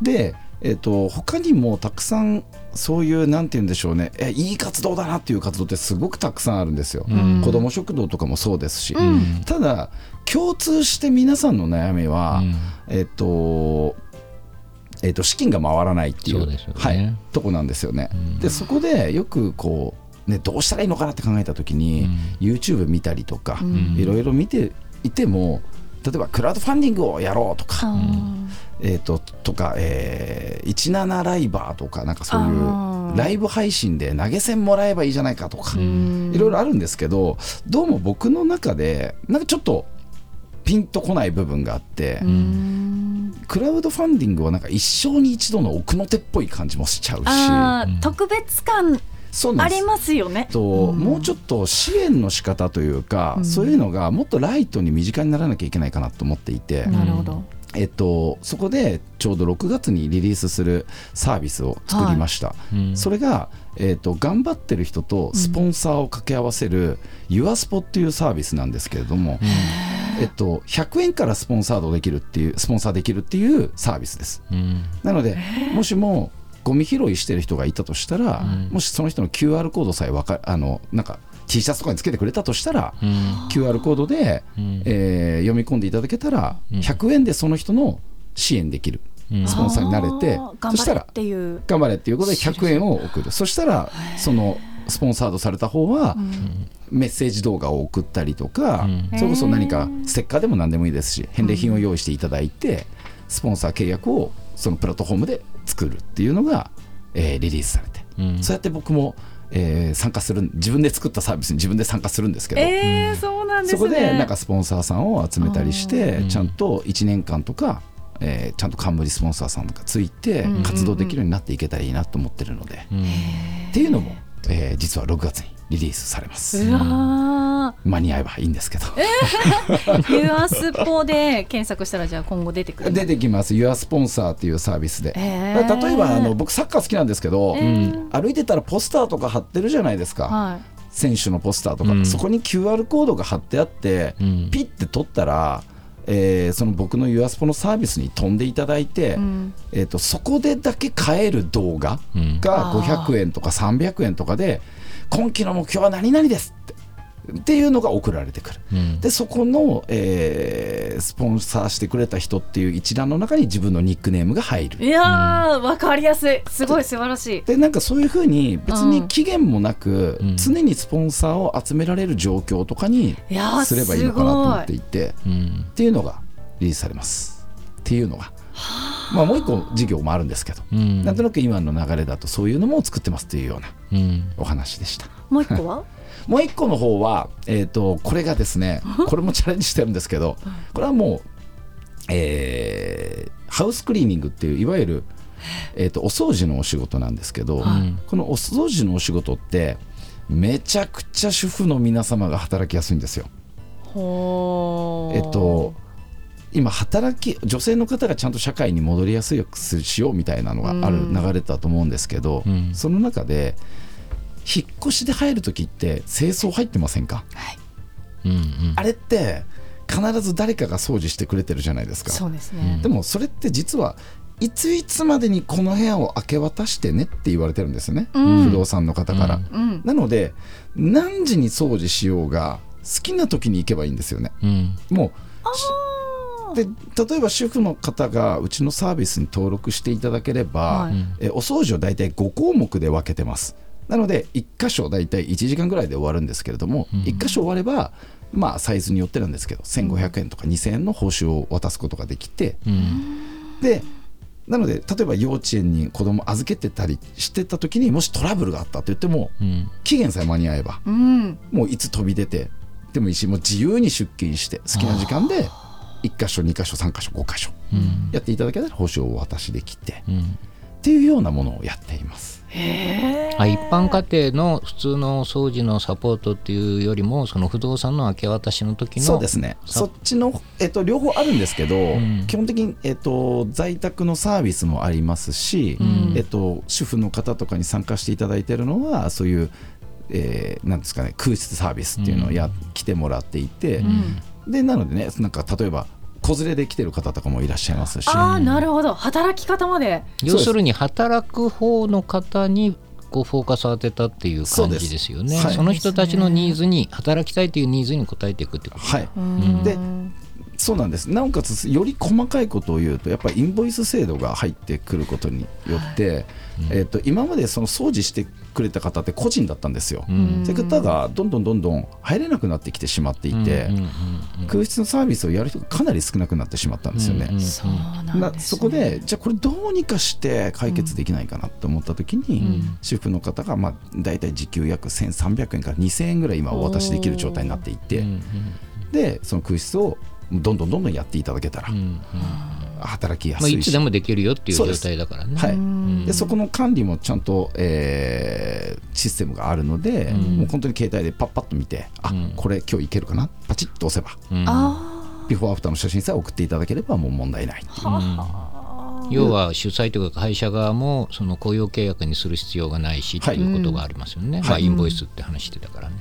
D: で、えっと他にもたくさんそういうなんて言うんでしょうねえいい活動だなっていう活動ってすごくたくさんあるんですよ。
C: ん
D: 子ども食堂とかもそうですし、
E: ん
D: ただ共通して皆さんの悩みは、
C: うん
D: えっとえー、と資金が回らないっていう
C: そうですよね
D: はい、とこなんですよね。でそこでよくこう、ね、どうしたらいいのかなって考えた時に、YouTube 見たりとか、
E: うん
D: いろいろ見ていても例えばクラウドファンディングをやろうとか、
E: あ
D: えー、ととか、えー、17ライバーとかなんかそう
E: あ
D: い
E: ー
D: うライブ配信で投げ銭もらえばいいじゃないかとか、
E: ー
D: いろいろあるんですけどどうも僕の中でなんかちょっとピンとこない部分があって、
E: うん
D: クラウドファンディングはなんか一生に一度の奥の手っぽい感じもしちゃう
E: あー特別感
D: しそうな
E: あ
D: んで
E: り
D: す
E: ますよね。
D: と、
E: うん
D: もうちょっと支援の仕方というか、
E: うん
D: そういうのがもっとライトに身近にならなきゃいけないかなと思っていて、
E: なるほど。
D: えっと、そこでちょうど6月にリリースするサービスを作りました、
C: うん
D: それが、えっと、頑張ってる人とスポンサーを掛け合わせる YourSpot っていうサービスなんですけれども、えっと、100円からスポンサードできるっていうスポンサーできるっていうサービスです。
C: うん
D: なので、もしもゴミ拾いしてる人がいたとしたら、
C: うん
D: もしその人の QR コードさえわかあのなんか T シャツとかにつけてくれたとしたら、
C: うん
D: QR コードで、
C: うん
D: えー読み込んでいただけたら、
C: うん
D: 100円でその人の支援できる
C: うん
D: スポンサーになれて
E: あー頑
D: そし
E: 張
D: た
E: れ
D: ら
E: っていう。
D: 頑張れっていうことで100円を送るそしたらそのスポンサードされた方は、メッセージ動画を送ったりとか、
C: う
D: それこそ何かステッカーでも何でもいいですし返礼品を用意していただいてスポンサー契約をそのプラットフォームで作るっていうのが、えーリリースされて、
C: うん
D: そうやって僕も、えー参加する自分で作ったサービスに自分で参加するんですけど。
E: えー、そうなんです
D: そ
E: ね。
D: こでなんかスポンサーさんを集めたりして、
C: うん
D: ちゃんと1年間とか、えーちゃんと冠スポンサーさんとかついて
E: うんうんうん
D: 活動できるようになっていけたらいいなと思ってるので、
C: うん
D: っていうのも、えー実は6月にリリースされます、
E: うわ
D: 間に合えばいいんですけど、
E: ー、ユアスポで検索したらじゃあ今後出てくる。
D: 出てきます「Your スポンサー」っていうサービスで、
E: えー
D: 例えばあの僕サッカー好きなんですけど、
E: ー
D: 歩いてたらポスターとか貼ってるじゃないですか、
E: はい。
D: 選手のポスターとか、
C: うん
D: そこに QR コードが貼ってあって、
C: うん
D: ピッて取ったら、えーその僕の u アスポのサービスに飛んでいただいて、
E: うん
D: えー、とそこでだけ買える動画
C: うん
D: が
E: あー
D: 500円とか300円とかで今期の目標は何々ですってっていうのが送られてくる。
C: うん
D: でそこの、えースポンサーしてくれた人っていう一覧の中に自分のニックネームが入る
E: いやー、わかりやすい。すごい素晴らしい。
D: でなんかそういうふうに別
E: う
D: に
E: ん
D: 期限もなく、
C: うん
D: 常にスポンサーを集められる状況とかに
E: いやー
D: すればいいのかなと思って
E: す
D: いてっ
C: うん
D: ていうのがリリースされますっていうのが、まあ、もう一個事業もあるんですけど、
C: うん
D: なんとなく今の流れだとそういうのも作ってますっていうような
C: うん
D: お話でした。
E: もう一個は
D: もう一個の方は、えー、とこれがで すねこれもチャレンジしてるんですけどこれはもう、えーハウスクリーニングっていういわゆる、えー、とお掃除のお仕事なんですけど、
C: はい
D: このお掃除のお仕事ってめちゃくちゃ主婦の皆様が働きやすいんですよ。
E: ほー
D: えっと今働き女性の方がちゃんと社会に戻りやすくしようみたいなのがある
E: うん
D: 流れだと思うんですけど、
C: うん
D: その中で引っ越しで入る時って清掃入ってませんか
C: うん
D: あれって必ず誰かが掃除してくれてるじゃないですか
E: そうですね。
D: でもそれって実はいついつまでにこの部屋を明け渡してねって言われてるんですよね、
E: うん
D: 不動産の方から、
E: うん。
D: なので何時に掃除しようが好きな時に行けばいいんですよね
C: うん
D: もうで例えば主婦の方がうちのサービスに登録していただければ、
E: はい
D: えお掃除を大体5項目で分けてますなので1箇所大体1時間ぐらいで終わるんですけれども、1箇所終わればまあサイズによってなんですけど1500円とか2000円の報酬を渡すことができて、
C: うん
D: でなので例えば幼稚園に子供預けてたりしてた時にもしトラブルがあったと言っても
C: うん
D: 期限さえ間に合えば
E: うん。
D: もういつ飛び出てでもいいしもう自由に出勤して好きな時間で1箇所2箇所3箇所5箇所
C: うん
D: やっていただけたら報酬をお渡しできて
C: うん
D: っていうようなものをやっています。
C: あ一般家庭の普通のお掃除のサポートっていうよりもその不動産の明け渡しの時の
D: そうですね
C: さ
D: そっちの、えっと、両方あるんですけど、
C: ん
D: 基本的に、えっと、在宅のサービスもありますし、
C: ん
D: えっと、主婦の方とかに参加していただいているのはそういう、えーなんですかね空室サービスっていうのをや、来てもらっていて、でなのでねなんか例えば子連れで来てる方とかもいらっしゃいますし。
E: ああ、なるほど。働き方まで。
C: 要するに働く方の方にこうフォーカスを当てたっていう
D: そう
C: 感
D: です
C: じですよね。そ
D: はい
C: の人たちのニーズに働きたいというニーズに応えていくってこと。
D: はい、
E: うん
D: でそうなんですなおかつより細かいことを言うとやっぱりインボイス制度が入ってくることによって、えっと今までその掃除してくれた方って個人だったんですよ。
C: うん
D: そういう方がどんどんどんどん入れなくなってきてしまっていて、
C: うんうんうんうん
D: 空室のサービスをやる人がかなり少なくなってしまったんですよね。
C: うんうん
E: そうなんです、ね、
D: なそこでじゃあこれどうにかして解決できないかなと思った時に、
C: うん
D: 主婦の方がまあ大体時給約1300円から2000円ぐらい今お渡しできる状態になっていて、
C: うんうん
D: でその空室をどんどんどんどんやっていただけたら
C: うんうん
D: 働きや
C: ますあ、
D: いし、
C: いつでもできるよっていう
D: そう
C: 状
D: です
C: 態だからね。
D: はい
E: うん
D: でそこの管理もちゃんと、えーシステムがあるので、
C: ん
D: もう本当に携帯でパッパッと見てあ、
C: うん
D: これ今日いけるかなパチッと押せば
C: うん
E: あ
D: ビフォーアフターの写真さえ送っていただければもう問題ない
C: 要は主催というか会社側もその雇用契約にする必要がないしと
D: はい
C: いうことがありますよね、
D: はい
C: まあ、インボイスって話してたからね。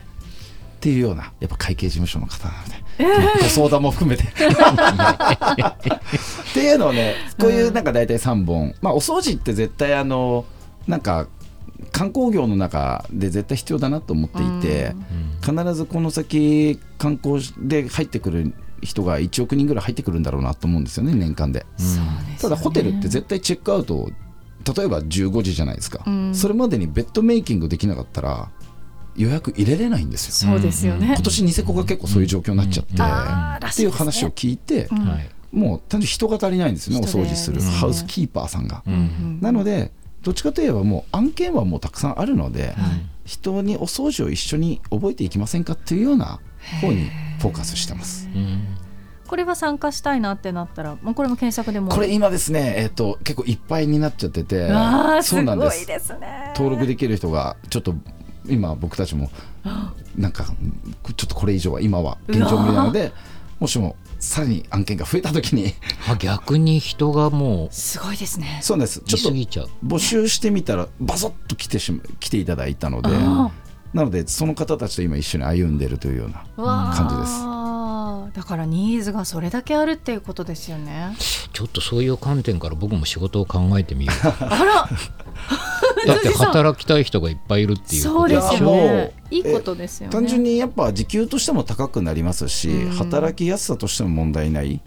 D: っていうようなやっぱ会計事務所の方なので、ご相談も 含めて。っていうのをねこういうなんか大体3本、まあ、お掃除って絶対あのなんか観光業の中で絶対必要だなと思っていて、必ずこの先観光で入ってくる人が1億人ぐらい入ってくるんだろうなと思うんですよね年間で。
E: あそうです
D: た
E: よね
D: だホテルって絶対チェックアウトを例えば15時じゃないですか、
E: うん
D: それまでにベッドメイキングできなかったら予約入れれないんですよ。
E: そうですよね
D: 今年ニセコが結構そういう状況になっちゃって、
E: あーら
D: って
E: しい
D: いう
E: ですね
D: 話を聞いて、
E: うん
C: はい
D: もう単純に人が足りないんですよねお
E: 人で
D: 掃除する
E: ですね
D: ハウスキーパーさんが。
E: うん
D: なのでどっちかといえばもう案件はもうたくさんあるので、人にお掃除を一緒に覚えていきませんかというような方にフォーカスしてます。
C: うん
B: これは参加したいなってなったらもうこれも検索でも
D: これ今ですね、えっと結構いっぱいになっちゃってて
B: わあす
D: そ
B: ご
D: うなんで
B: い
D: す
B: ですね
D: 登録できる人がちょっと今僕たちもなんかちょっとこれ以上は今は現状無理なのでもしもさらに案件が増えた時に
C: あ逆に人がもう
E: すごいですね
D: そうなんです
C: 来
D: ちょ
C: す
D: っ
C: ぎちゃう。
D: と募集してみたらバソッと来てしま来ていただいたので
E: あ
D: なのでその方たちと今一緒に歩んでるというような
E: わあ
D: 感じです
E: だからニーズがそれだけあるっていうことですよ ね
C: ちょっとそういう観点から僕も仕事を考えてみよう。
E: あら
C: だって働きたい人がいっぱいいるっていう
E: そ
C: こと
E: うですよ
D: いや
E: ね
D: もう
E: いいことですよね
D: 単純にやっぱ時給としても高くなりますし、
E: うん
D: 働きやすさとしても問題ない、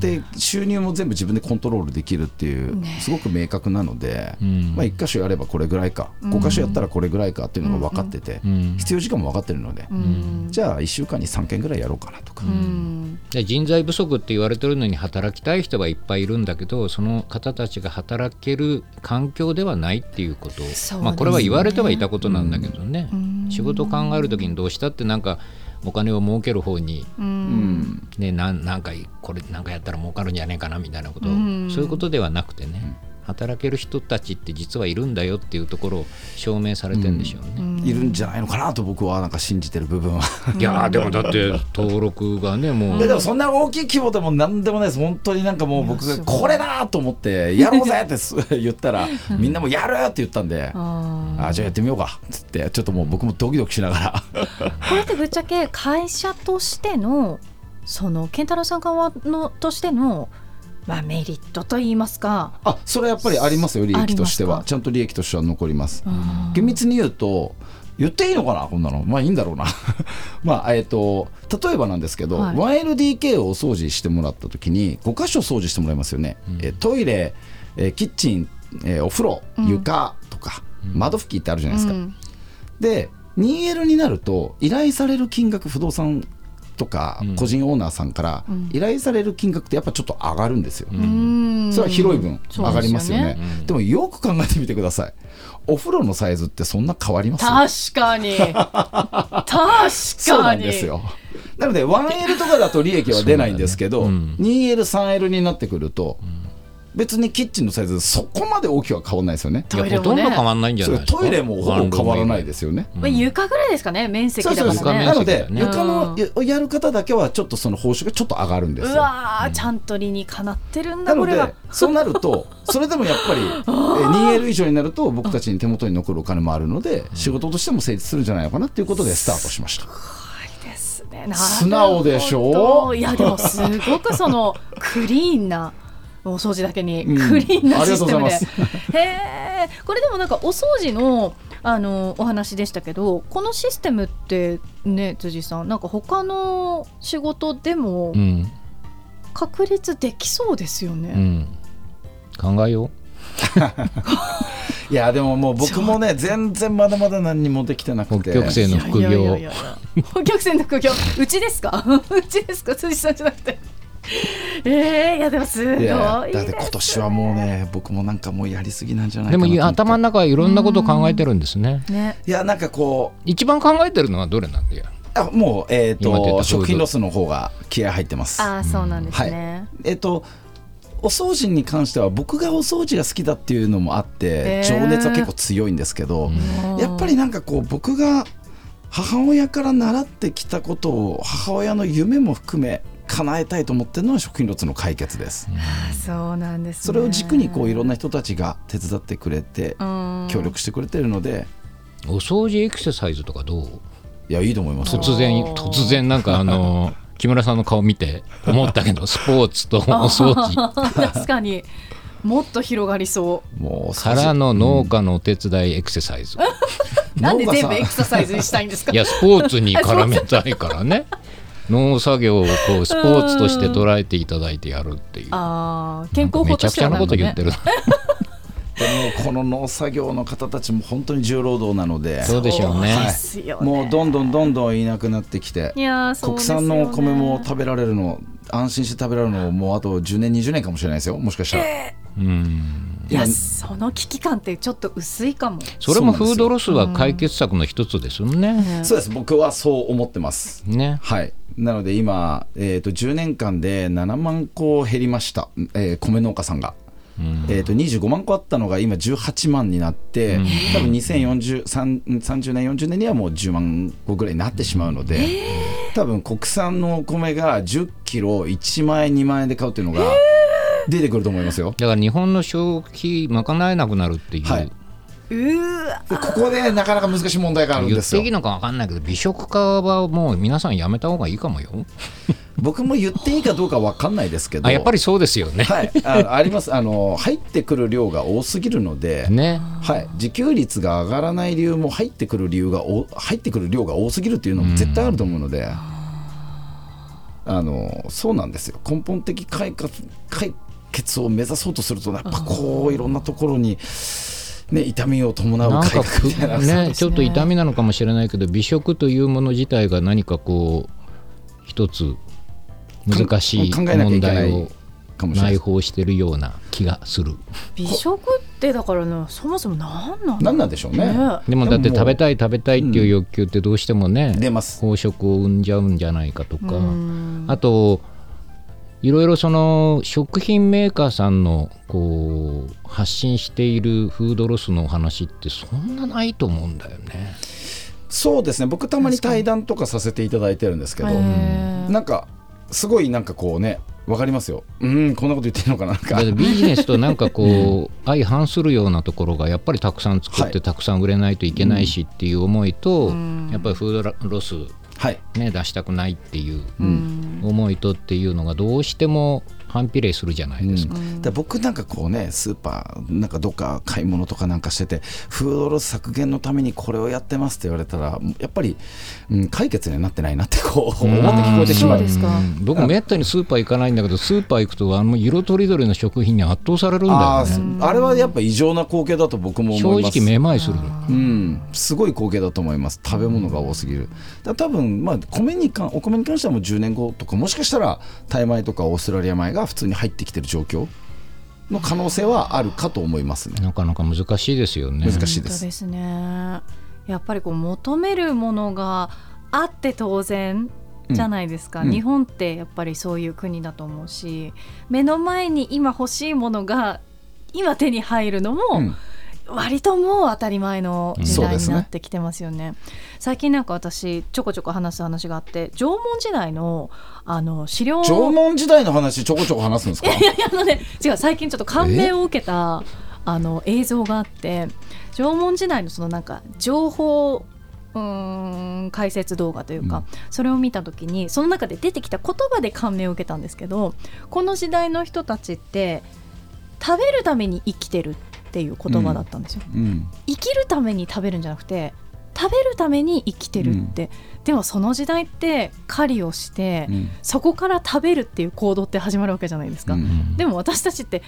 D: で収入も全部自分でコントロールできるっていう、
E: ね
D: すごく明確なので、
C: うん
D: まあ、1箇所やればこれぐらいか、5箇所やったらこれぐらいかっていうのが分かってて、
C: うん
D: 必要時間も分かってるので、
E: うん
D: じゃあ1週間に3件ぐらいやろうかなとか、
E: うん
C: で人材不足って言われてるのに働きたい人はいっぱいいるんだけどその方たちが働ける環境ではないっていうこと
E: そう
C: まあ、これは言われてはいたことなんだけどね、
E: うん
C: 仕事を考える時にどうしたってなんかお金を儲ける方に、
E: う
D: うん
E: ん
C: ね、なんなんかこれなんかやったら儲かるんじゃないかなみたいなこと、
E: うん
C: そういうことではなくてね働ける人たちって実はいるんだよっていうところを証明されてるんでしょうね。
D: いるんじゃないのかなと僕はなんか信じてる部分は。
C: いやーでもだって登録がねも
D: いや
C: う
D: でもそんな大きい規模でも何でもないです本当になんかもう僕
E: いやす
D: が
E: ごい
D: これだと思ってやろうぜってす言ったらみんなもやるって言ったんで
E: あ
D: あじゃあやってみようかっつってちょっともう僕もドキドキしながら
E: ーこれってぶっちゃけ会社としてのその健太郎さん側のとしての、まあ、メリットといいますか
D: あそれはやっぱりありますよ利
E: あ
D: 益
E: り
D: と
E: ま
D: し
E: す
D: て
E: か
D: はちゃんと利益としては残ります
E: うん
D: 厳密に言うと言っていいのかなこんなのまあいいんだろうな まあえっ、と例えばなんですけど、
E: はい
D: 1LDK をお掃除してもらった時に5箇所掃除してもらいますよね、えートイレ、えーキッチン、えーお風呂床とか、窓拭きってあるじゃないですか、
E: うん
D: で 2L になると依頼される金額不動産とか
C: うん
D: 個人オーナーさんから
E: うん
D: 依頼される金額ってやっぱちょっと上がるんですよ、
E: うん
D: それは広い分
E: そう
D: 上がりますよ
E: で
D: ねで
C: うん
D: もよく考えてみてくださいお風呂のサイズってそんな変わります
E: すよね 確かに確かに
D: そうなんですよなので 1L とかだと利益は出ないんですけ
C: そ
D: ど、
C: うだね
D: 2L3L になってくると別にキッチンのサイズそこまで大きくは変わらないですよね
E: トイ
C: い
E: レ
C: やほ
E: も
C: とん
E: ね
C: ど変わんないんじゃ
D: そ
C: ないうですか。
D: トイレもほぼ変わらないですすよね
E: まあ、床ぐらいですかね面積
D: そ
E: だ
D: う
E: か
D: そ
E: ら
D: うそう
E: ね
D: なので
C: うん
D: 床のをやる方だけはちょっとその報酬がちょっと上がるんです
E: う
D: よ
E: わーちゃんと理にかなってるんだ
D: な
E: こ
D: の
E: れは
D: でそうなるとそれでもやっ ぱりえー 2L 以上になると僕たちに手元に残るお金もあるので仕事としても成立するんじゃないのかなっていうことでスタートし ました
E: ですねなるほど
D: 素直でしょ
E: いやでもすごくそのクリーンなお掃除だけに
D: うん
E: クリーンな
D: あ
E: シ
D: りが
E: ス
D: とうご
E: テ
D: ざい
E: ム
D: ま
E: で、
D: す
E: へえこれでもなんかお掃除のあのお話でしたけどこのシステムってね辻さんなんか他の仕事でも
C: うん
E: 確立できそうですよね、
C: うん、考えよう
D: いやでももう僕もね全然まだまだ何にもできてなくて
C: 北極星
E: い
C: の
E: や
C: 副
E: いやいやい
C: 業
E: やいや北極星の副業うちですか うちですか辻さんじゃなくてえー、いやでもすごい
D: い
E: です
D: やだって今年はもうね僕もなんかもうやりすぎなんじゃない
C: で
D: かな
C: も
D: と思って
C: 頭の中はいろんなことを考えてるんですね
E: ね
D: いやなんかこう
C: 一番考えてるのはどれなんだよ
D: あもうえっ、
C: 今出たフード
D: と食品ロスの方が気合入ってます
E: ああそうなんですね、
D: えっ、とお掃除に関しては僕がお掃除が好きだっていうのもあって
E: へー
D: 情熱は結構強いんですけど、
E: うん
D: やっぱりなんかこう僕が母親から習ってきたことを母親の夢も含め叶えたいと思ってるのは食品ロスの解決です、
E: あそうなんです、ね、
D: それを軸にこういろんな人たちが手伝ってくれて
E: うん
D: 協力してくれてるので
C: お掃除エクササイズとかどう
D: いやいいと思いますよ
C: 突然突然なんかあ の木村さんの顔見て思ったけどスポーツとお掃 除
E: 確かにもっと広がりそ
D: もう
C: からの農家のお手伝いエクササイズ、
E: うなんで
D: 農家さ
E: 全
D: ん
E: 部エクササイズにしたいんですか
C: いやスポーツ に絡めたいからね農作業をこうスポーツとして捉えていただいてやるっていう
E: ああ健康
C: め
E: 法
C: ちゃく
E: とし
C: ち
E: て
C: ゃ
E: は
C: な
E: な
C: こ
E: ん
C: と
E: だ
C: 言っ
E: ね
C: て る
D: でもこの農作業の方たちも本当に重労働なので
C: そうでしょうね
E: そう
D: はい
E: ですよね
D: もうどんどんどんどんいなくなってきて
E: いやーそう
D: 国
E: ですよね
D: 産のお米も食べられるの安心して食べられるのもうあと10年20年かもしれないですよもしかしたら、
C: うん
E: いや
D: 今
E: その危機感ってちょっと薄いかも
C: それもフードロスは解決策の一つですよね。
D: そうです僕はそう思ってます
C: ね。
D: はいなので今、えー、と10年間で7万個減りました、えー米農家さんが。えー、と25万個あったのが今18万になって、多分2040 30年40年にはもう10万個ぐらいになってしまうので、多分国産のお米が1 0キロ1万円2万円で買うっていうのが出てくると思いますよ。
C: だから日本の消費賄えなくなるっていう、
D: はいう
E: ーわ
D: でここでなかなか難しい問題があるん
C: 言
D: で
C: っ
D: す
C: て
D: よ
C: いい。のか分かんないけど美食家はもう皆さんやめた方がいいかもよ。
D: 僕も言っていいかどうかわかんないですけど
C: あやっぱりそうですよね。
D: はい、あありますあの入ってくる量が多すぎるので、
C: ね。
D: はい、自給率が上がらない理由も入ってくる理由がお入ってくる量が多すぎるっていうのも絶対あると思うので、あのそうなんですよ根本的解決解決を目指そうとするとやっぱこういろんなところに、ね、痛みを伴
C: な
D: うん改
C: か
D: 革みたいな
C: ふねちょっと痛みなのかもしれないけど美食というもの自体が何かこう一つ難しい
D: 考えなきゃ
C: 問
D: いけな
C: 題
D: い
C: を
D: かもしれな
C: 内
D: いです。
C: 包してるような気がする。
E: 美食ってだからねそもそも何なんだ
D: 何なんでしょうね。
E: ね
C: でもだって食べたい食べたいっていう欲求ってどうしてもね、
D: 出ます
C: 飽食を生んじゃうんじゃないかとか、
E: ん
C: あといろいろその食品メーカーさんのこう発信しているフードロスのお話ってそんなないと思うんだよね。
D: そうですね僕たまに対談とかさせていただいてるんですけど、
E: へー
D: なんかすごいなんかこうねわかりますようんこんなこと言ってるのかななん
C: だ
D: か
C: ってビジネスとなんか こう相反するようなところがやっぱりたくさん作っ
D: は
C: て
D: い
C: たくさん売れないといけないしっていう思いと、
E: ん
C: やっぱりフードロス、
D: はい
C: ね、出したくないっていう
E: うん
C: 思いとっていうのがどうしても反比例するじゃないですか。
D: うん、で僕なんかこうねスーパーなんかどっか買い物とかなんかしててフードロス削減のためにこれをやってますって言われたらやっぱり、うん、解決にはなってないなってこう思って聞こえてしまう
E: そうですか
C: うん僕めったにスーパー行かないんだけどスーパー行くとあの色とりどりの食品に圧倒されるんだ
D: あ
C: よね
D: ーあれはやっぱ異常な光景だと僕も思
C: 正
D: います
C: 直めまいするの
D: うん、すごい光景だと思います食べ物が多すぎるだ多分まあ米にかお米に関してはもう10年後とかもしかしたらタイ米とかオーストラリア米が普通に入ってきてる状況の可能性はあるかと思いますね
C: なかなか難しいですよね
D: 難しいで
E: 本当
D: す
E: ですねやっぱりこう求めるものがあって当然じゃないですか、
D: うんうん
E: 日本ってやっぱりそういう国だと思うし目の前に今欲しいものが今手に入るのも、
D: うん
E: 割ともう当たり前の時
D: そう
E: 代
D: で
E: に
D: すね
E: なってきてますよね。最近なんか私ちょこちょこ話す話があって縄文時代のあの資料を
D: 縄文時代の話ちょこちょこ話すんですか
E: い やあのね違う最近ちょっと感銘を受けたあの映像があって縄文時代のそのなんか情報うーん解説動画というか、
D: うん
E: それを見た時にその中で出てきた言葉で感銘を受けたんですけどこの時代の人たちって食べるために生きてるっていう言葉だったんですよ。
D: うん
E: 生きるために食べるんじゃなくて食べるために生きてるって、でもその時代って狩りをして、
D: うん
E: そこから食べるっていう行動って始まるわけじゃないですか、
D: うん
E: でも私たちって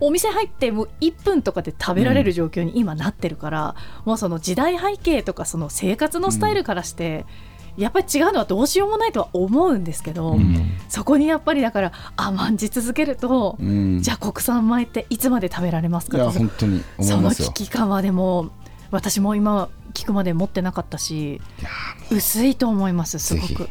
E: お店入ってもう1分とかで食べられる状況に今なってるから、もうその時代背景とかその生活のスタイルからして、やっぱり違うのはどうしようもないとは思うんですけど、
C: うん
E: そこにやっぱりだから甘んじ続けると、
D: うん
E: じゃあ国産米っていつまで食べられます
D: い
E: か
D: や
E: と
D: 本当に思
E: そ
D: い
E: の
D: ますよ
E: 危機感はでも私も今聞くまで持ってなかったし薄いと思いますす
D: ぜ
E: ご
D: ひ
E: く。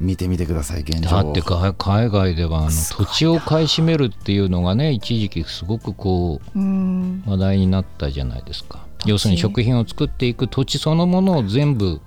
D: 見てみてください現状
C: だってか海外ではあの土地を買い占めるっていうのがね一時期すごくこう
E: うん
C: 話題になったじゃないですか
E: 土地
C: 要するに食品を作っていく土地そのものを全部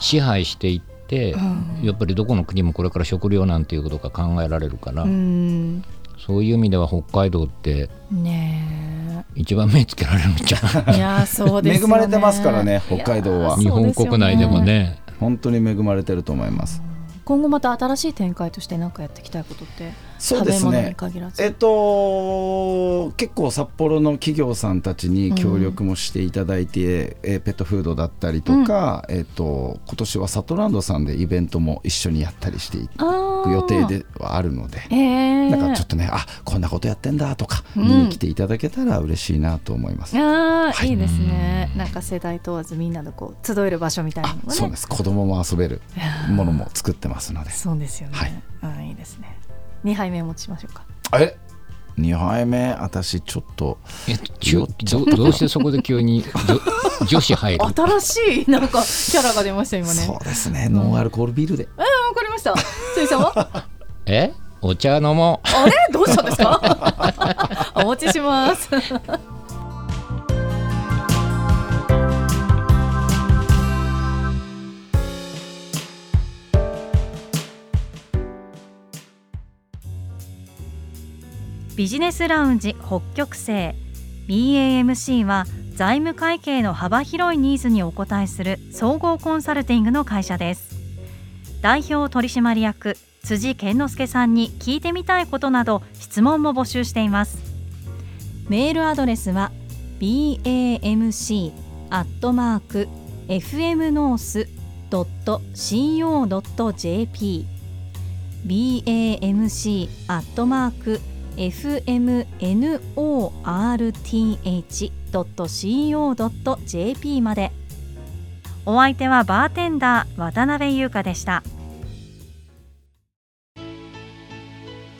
C: 支配していって
E: ん
C: やっぱりどこの国もこれから食料なんていうことが考えられるから
E: うん
C: そういう意味では北海道って
E: ね
C: 一番目つけられるんじゃん
E: え いやそうですよ
D: 恵
E: ね
D: まれてますからね北海道
E: いや
D: は
E: ー
C: 日本国内でもね
D: 本当に恵まれてると思います
E: 今後また新しい展開として何かやっていきたいことって
D: そうです
E: 食べ物に
D: ね
E: 限らず
D: えっと結構札幌の企業さんたちに協力もしていただいて、えーペットフードだったりとか、えっと今年はサトランドさんでイベントも一緒にやったりしてい
E: あ
D: く
E: ー
D: 予定ではあるので
E: ええ
D: なんかちょっとねあこんなことやってんだとか
E: うん
D: 見に来ていただけたら嬉しいなと思います、
E: あー、
D: はい
E: い、いですねなんか世代問わずみんなのこう集える場所みたいな
D: あ
E: のがね
D: そうです子供も遊べるものも作ってますので
E: そうですよね。
D: はい
E: あいいですね。二杯目お持ちしましょうか。
D: え2杯目私ちょっと
C: えちゅどどうしてそこで急に女女子入る
E: 新しいなんかキャラが出ました今ね。
D: そうですねノンアルコールビールで
E: あわかりました。辻さんは
C: えお茶飲もう
E: あれどうしたんですか。 お持ちします。
B: ビジネスラウンジ北極星 BAMC は財務会計の幅広いニーズにお応えする総合コンサルティングの会社です代表取締役辻健之介さんに聞いてみたいことなど質問も募集していますメールアドレスは bamc アットマーク fmnorth.co.jp bamc アットマーク fmnorth.co.jp までお相手はバーテンダー渡辺優香でした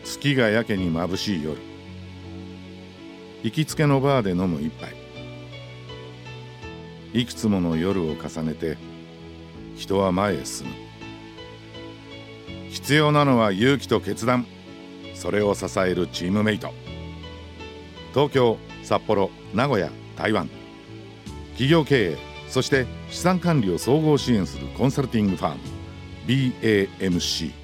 F: 月がやけに眩しい夜行きつけのバーで飲む一杯いくつもの夜を重ねて人は前へ進む必要なのは勇気と決断それを支えるチームメイト東京札幌名古屋台湾企業経営そして資産管理を総合支援するコンサルティングファーム BAMC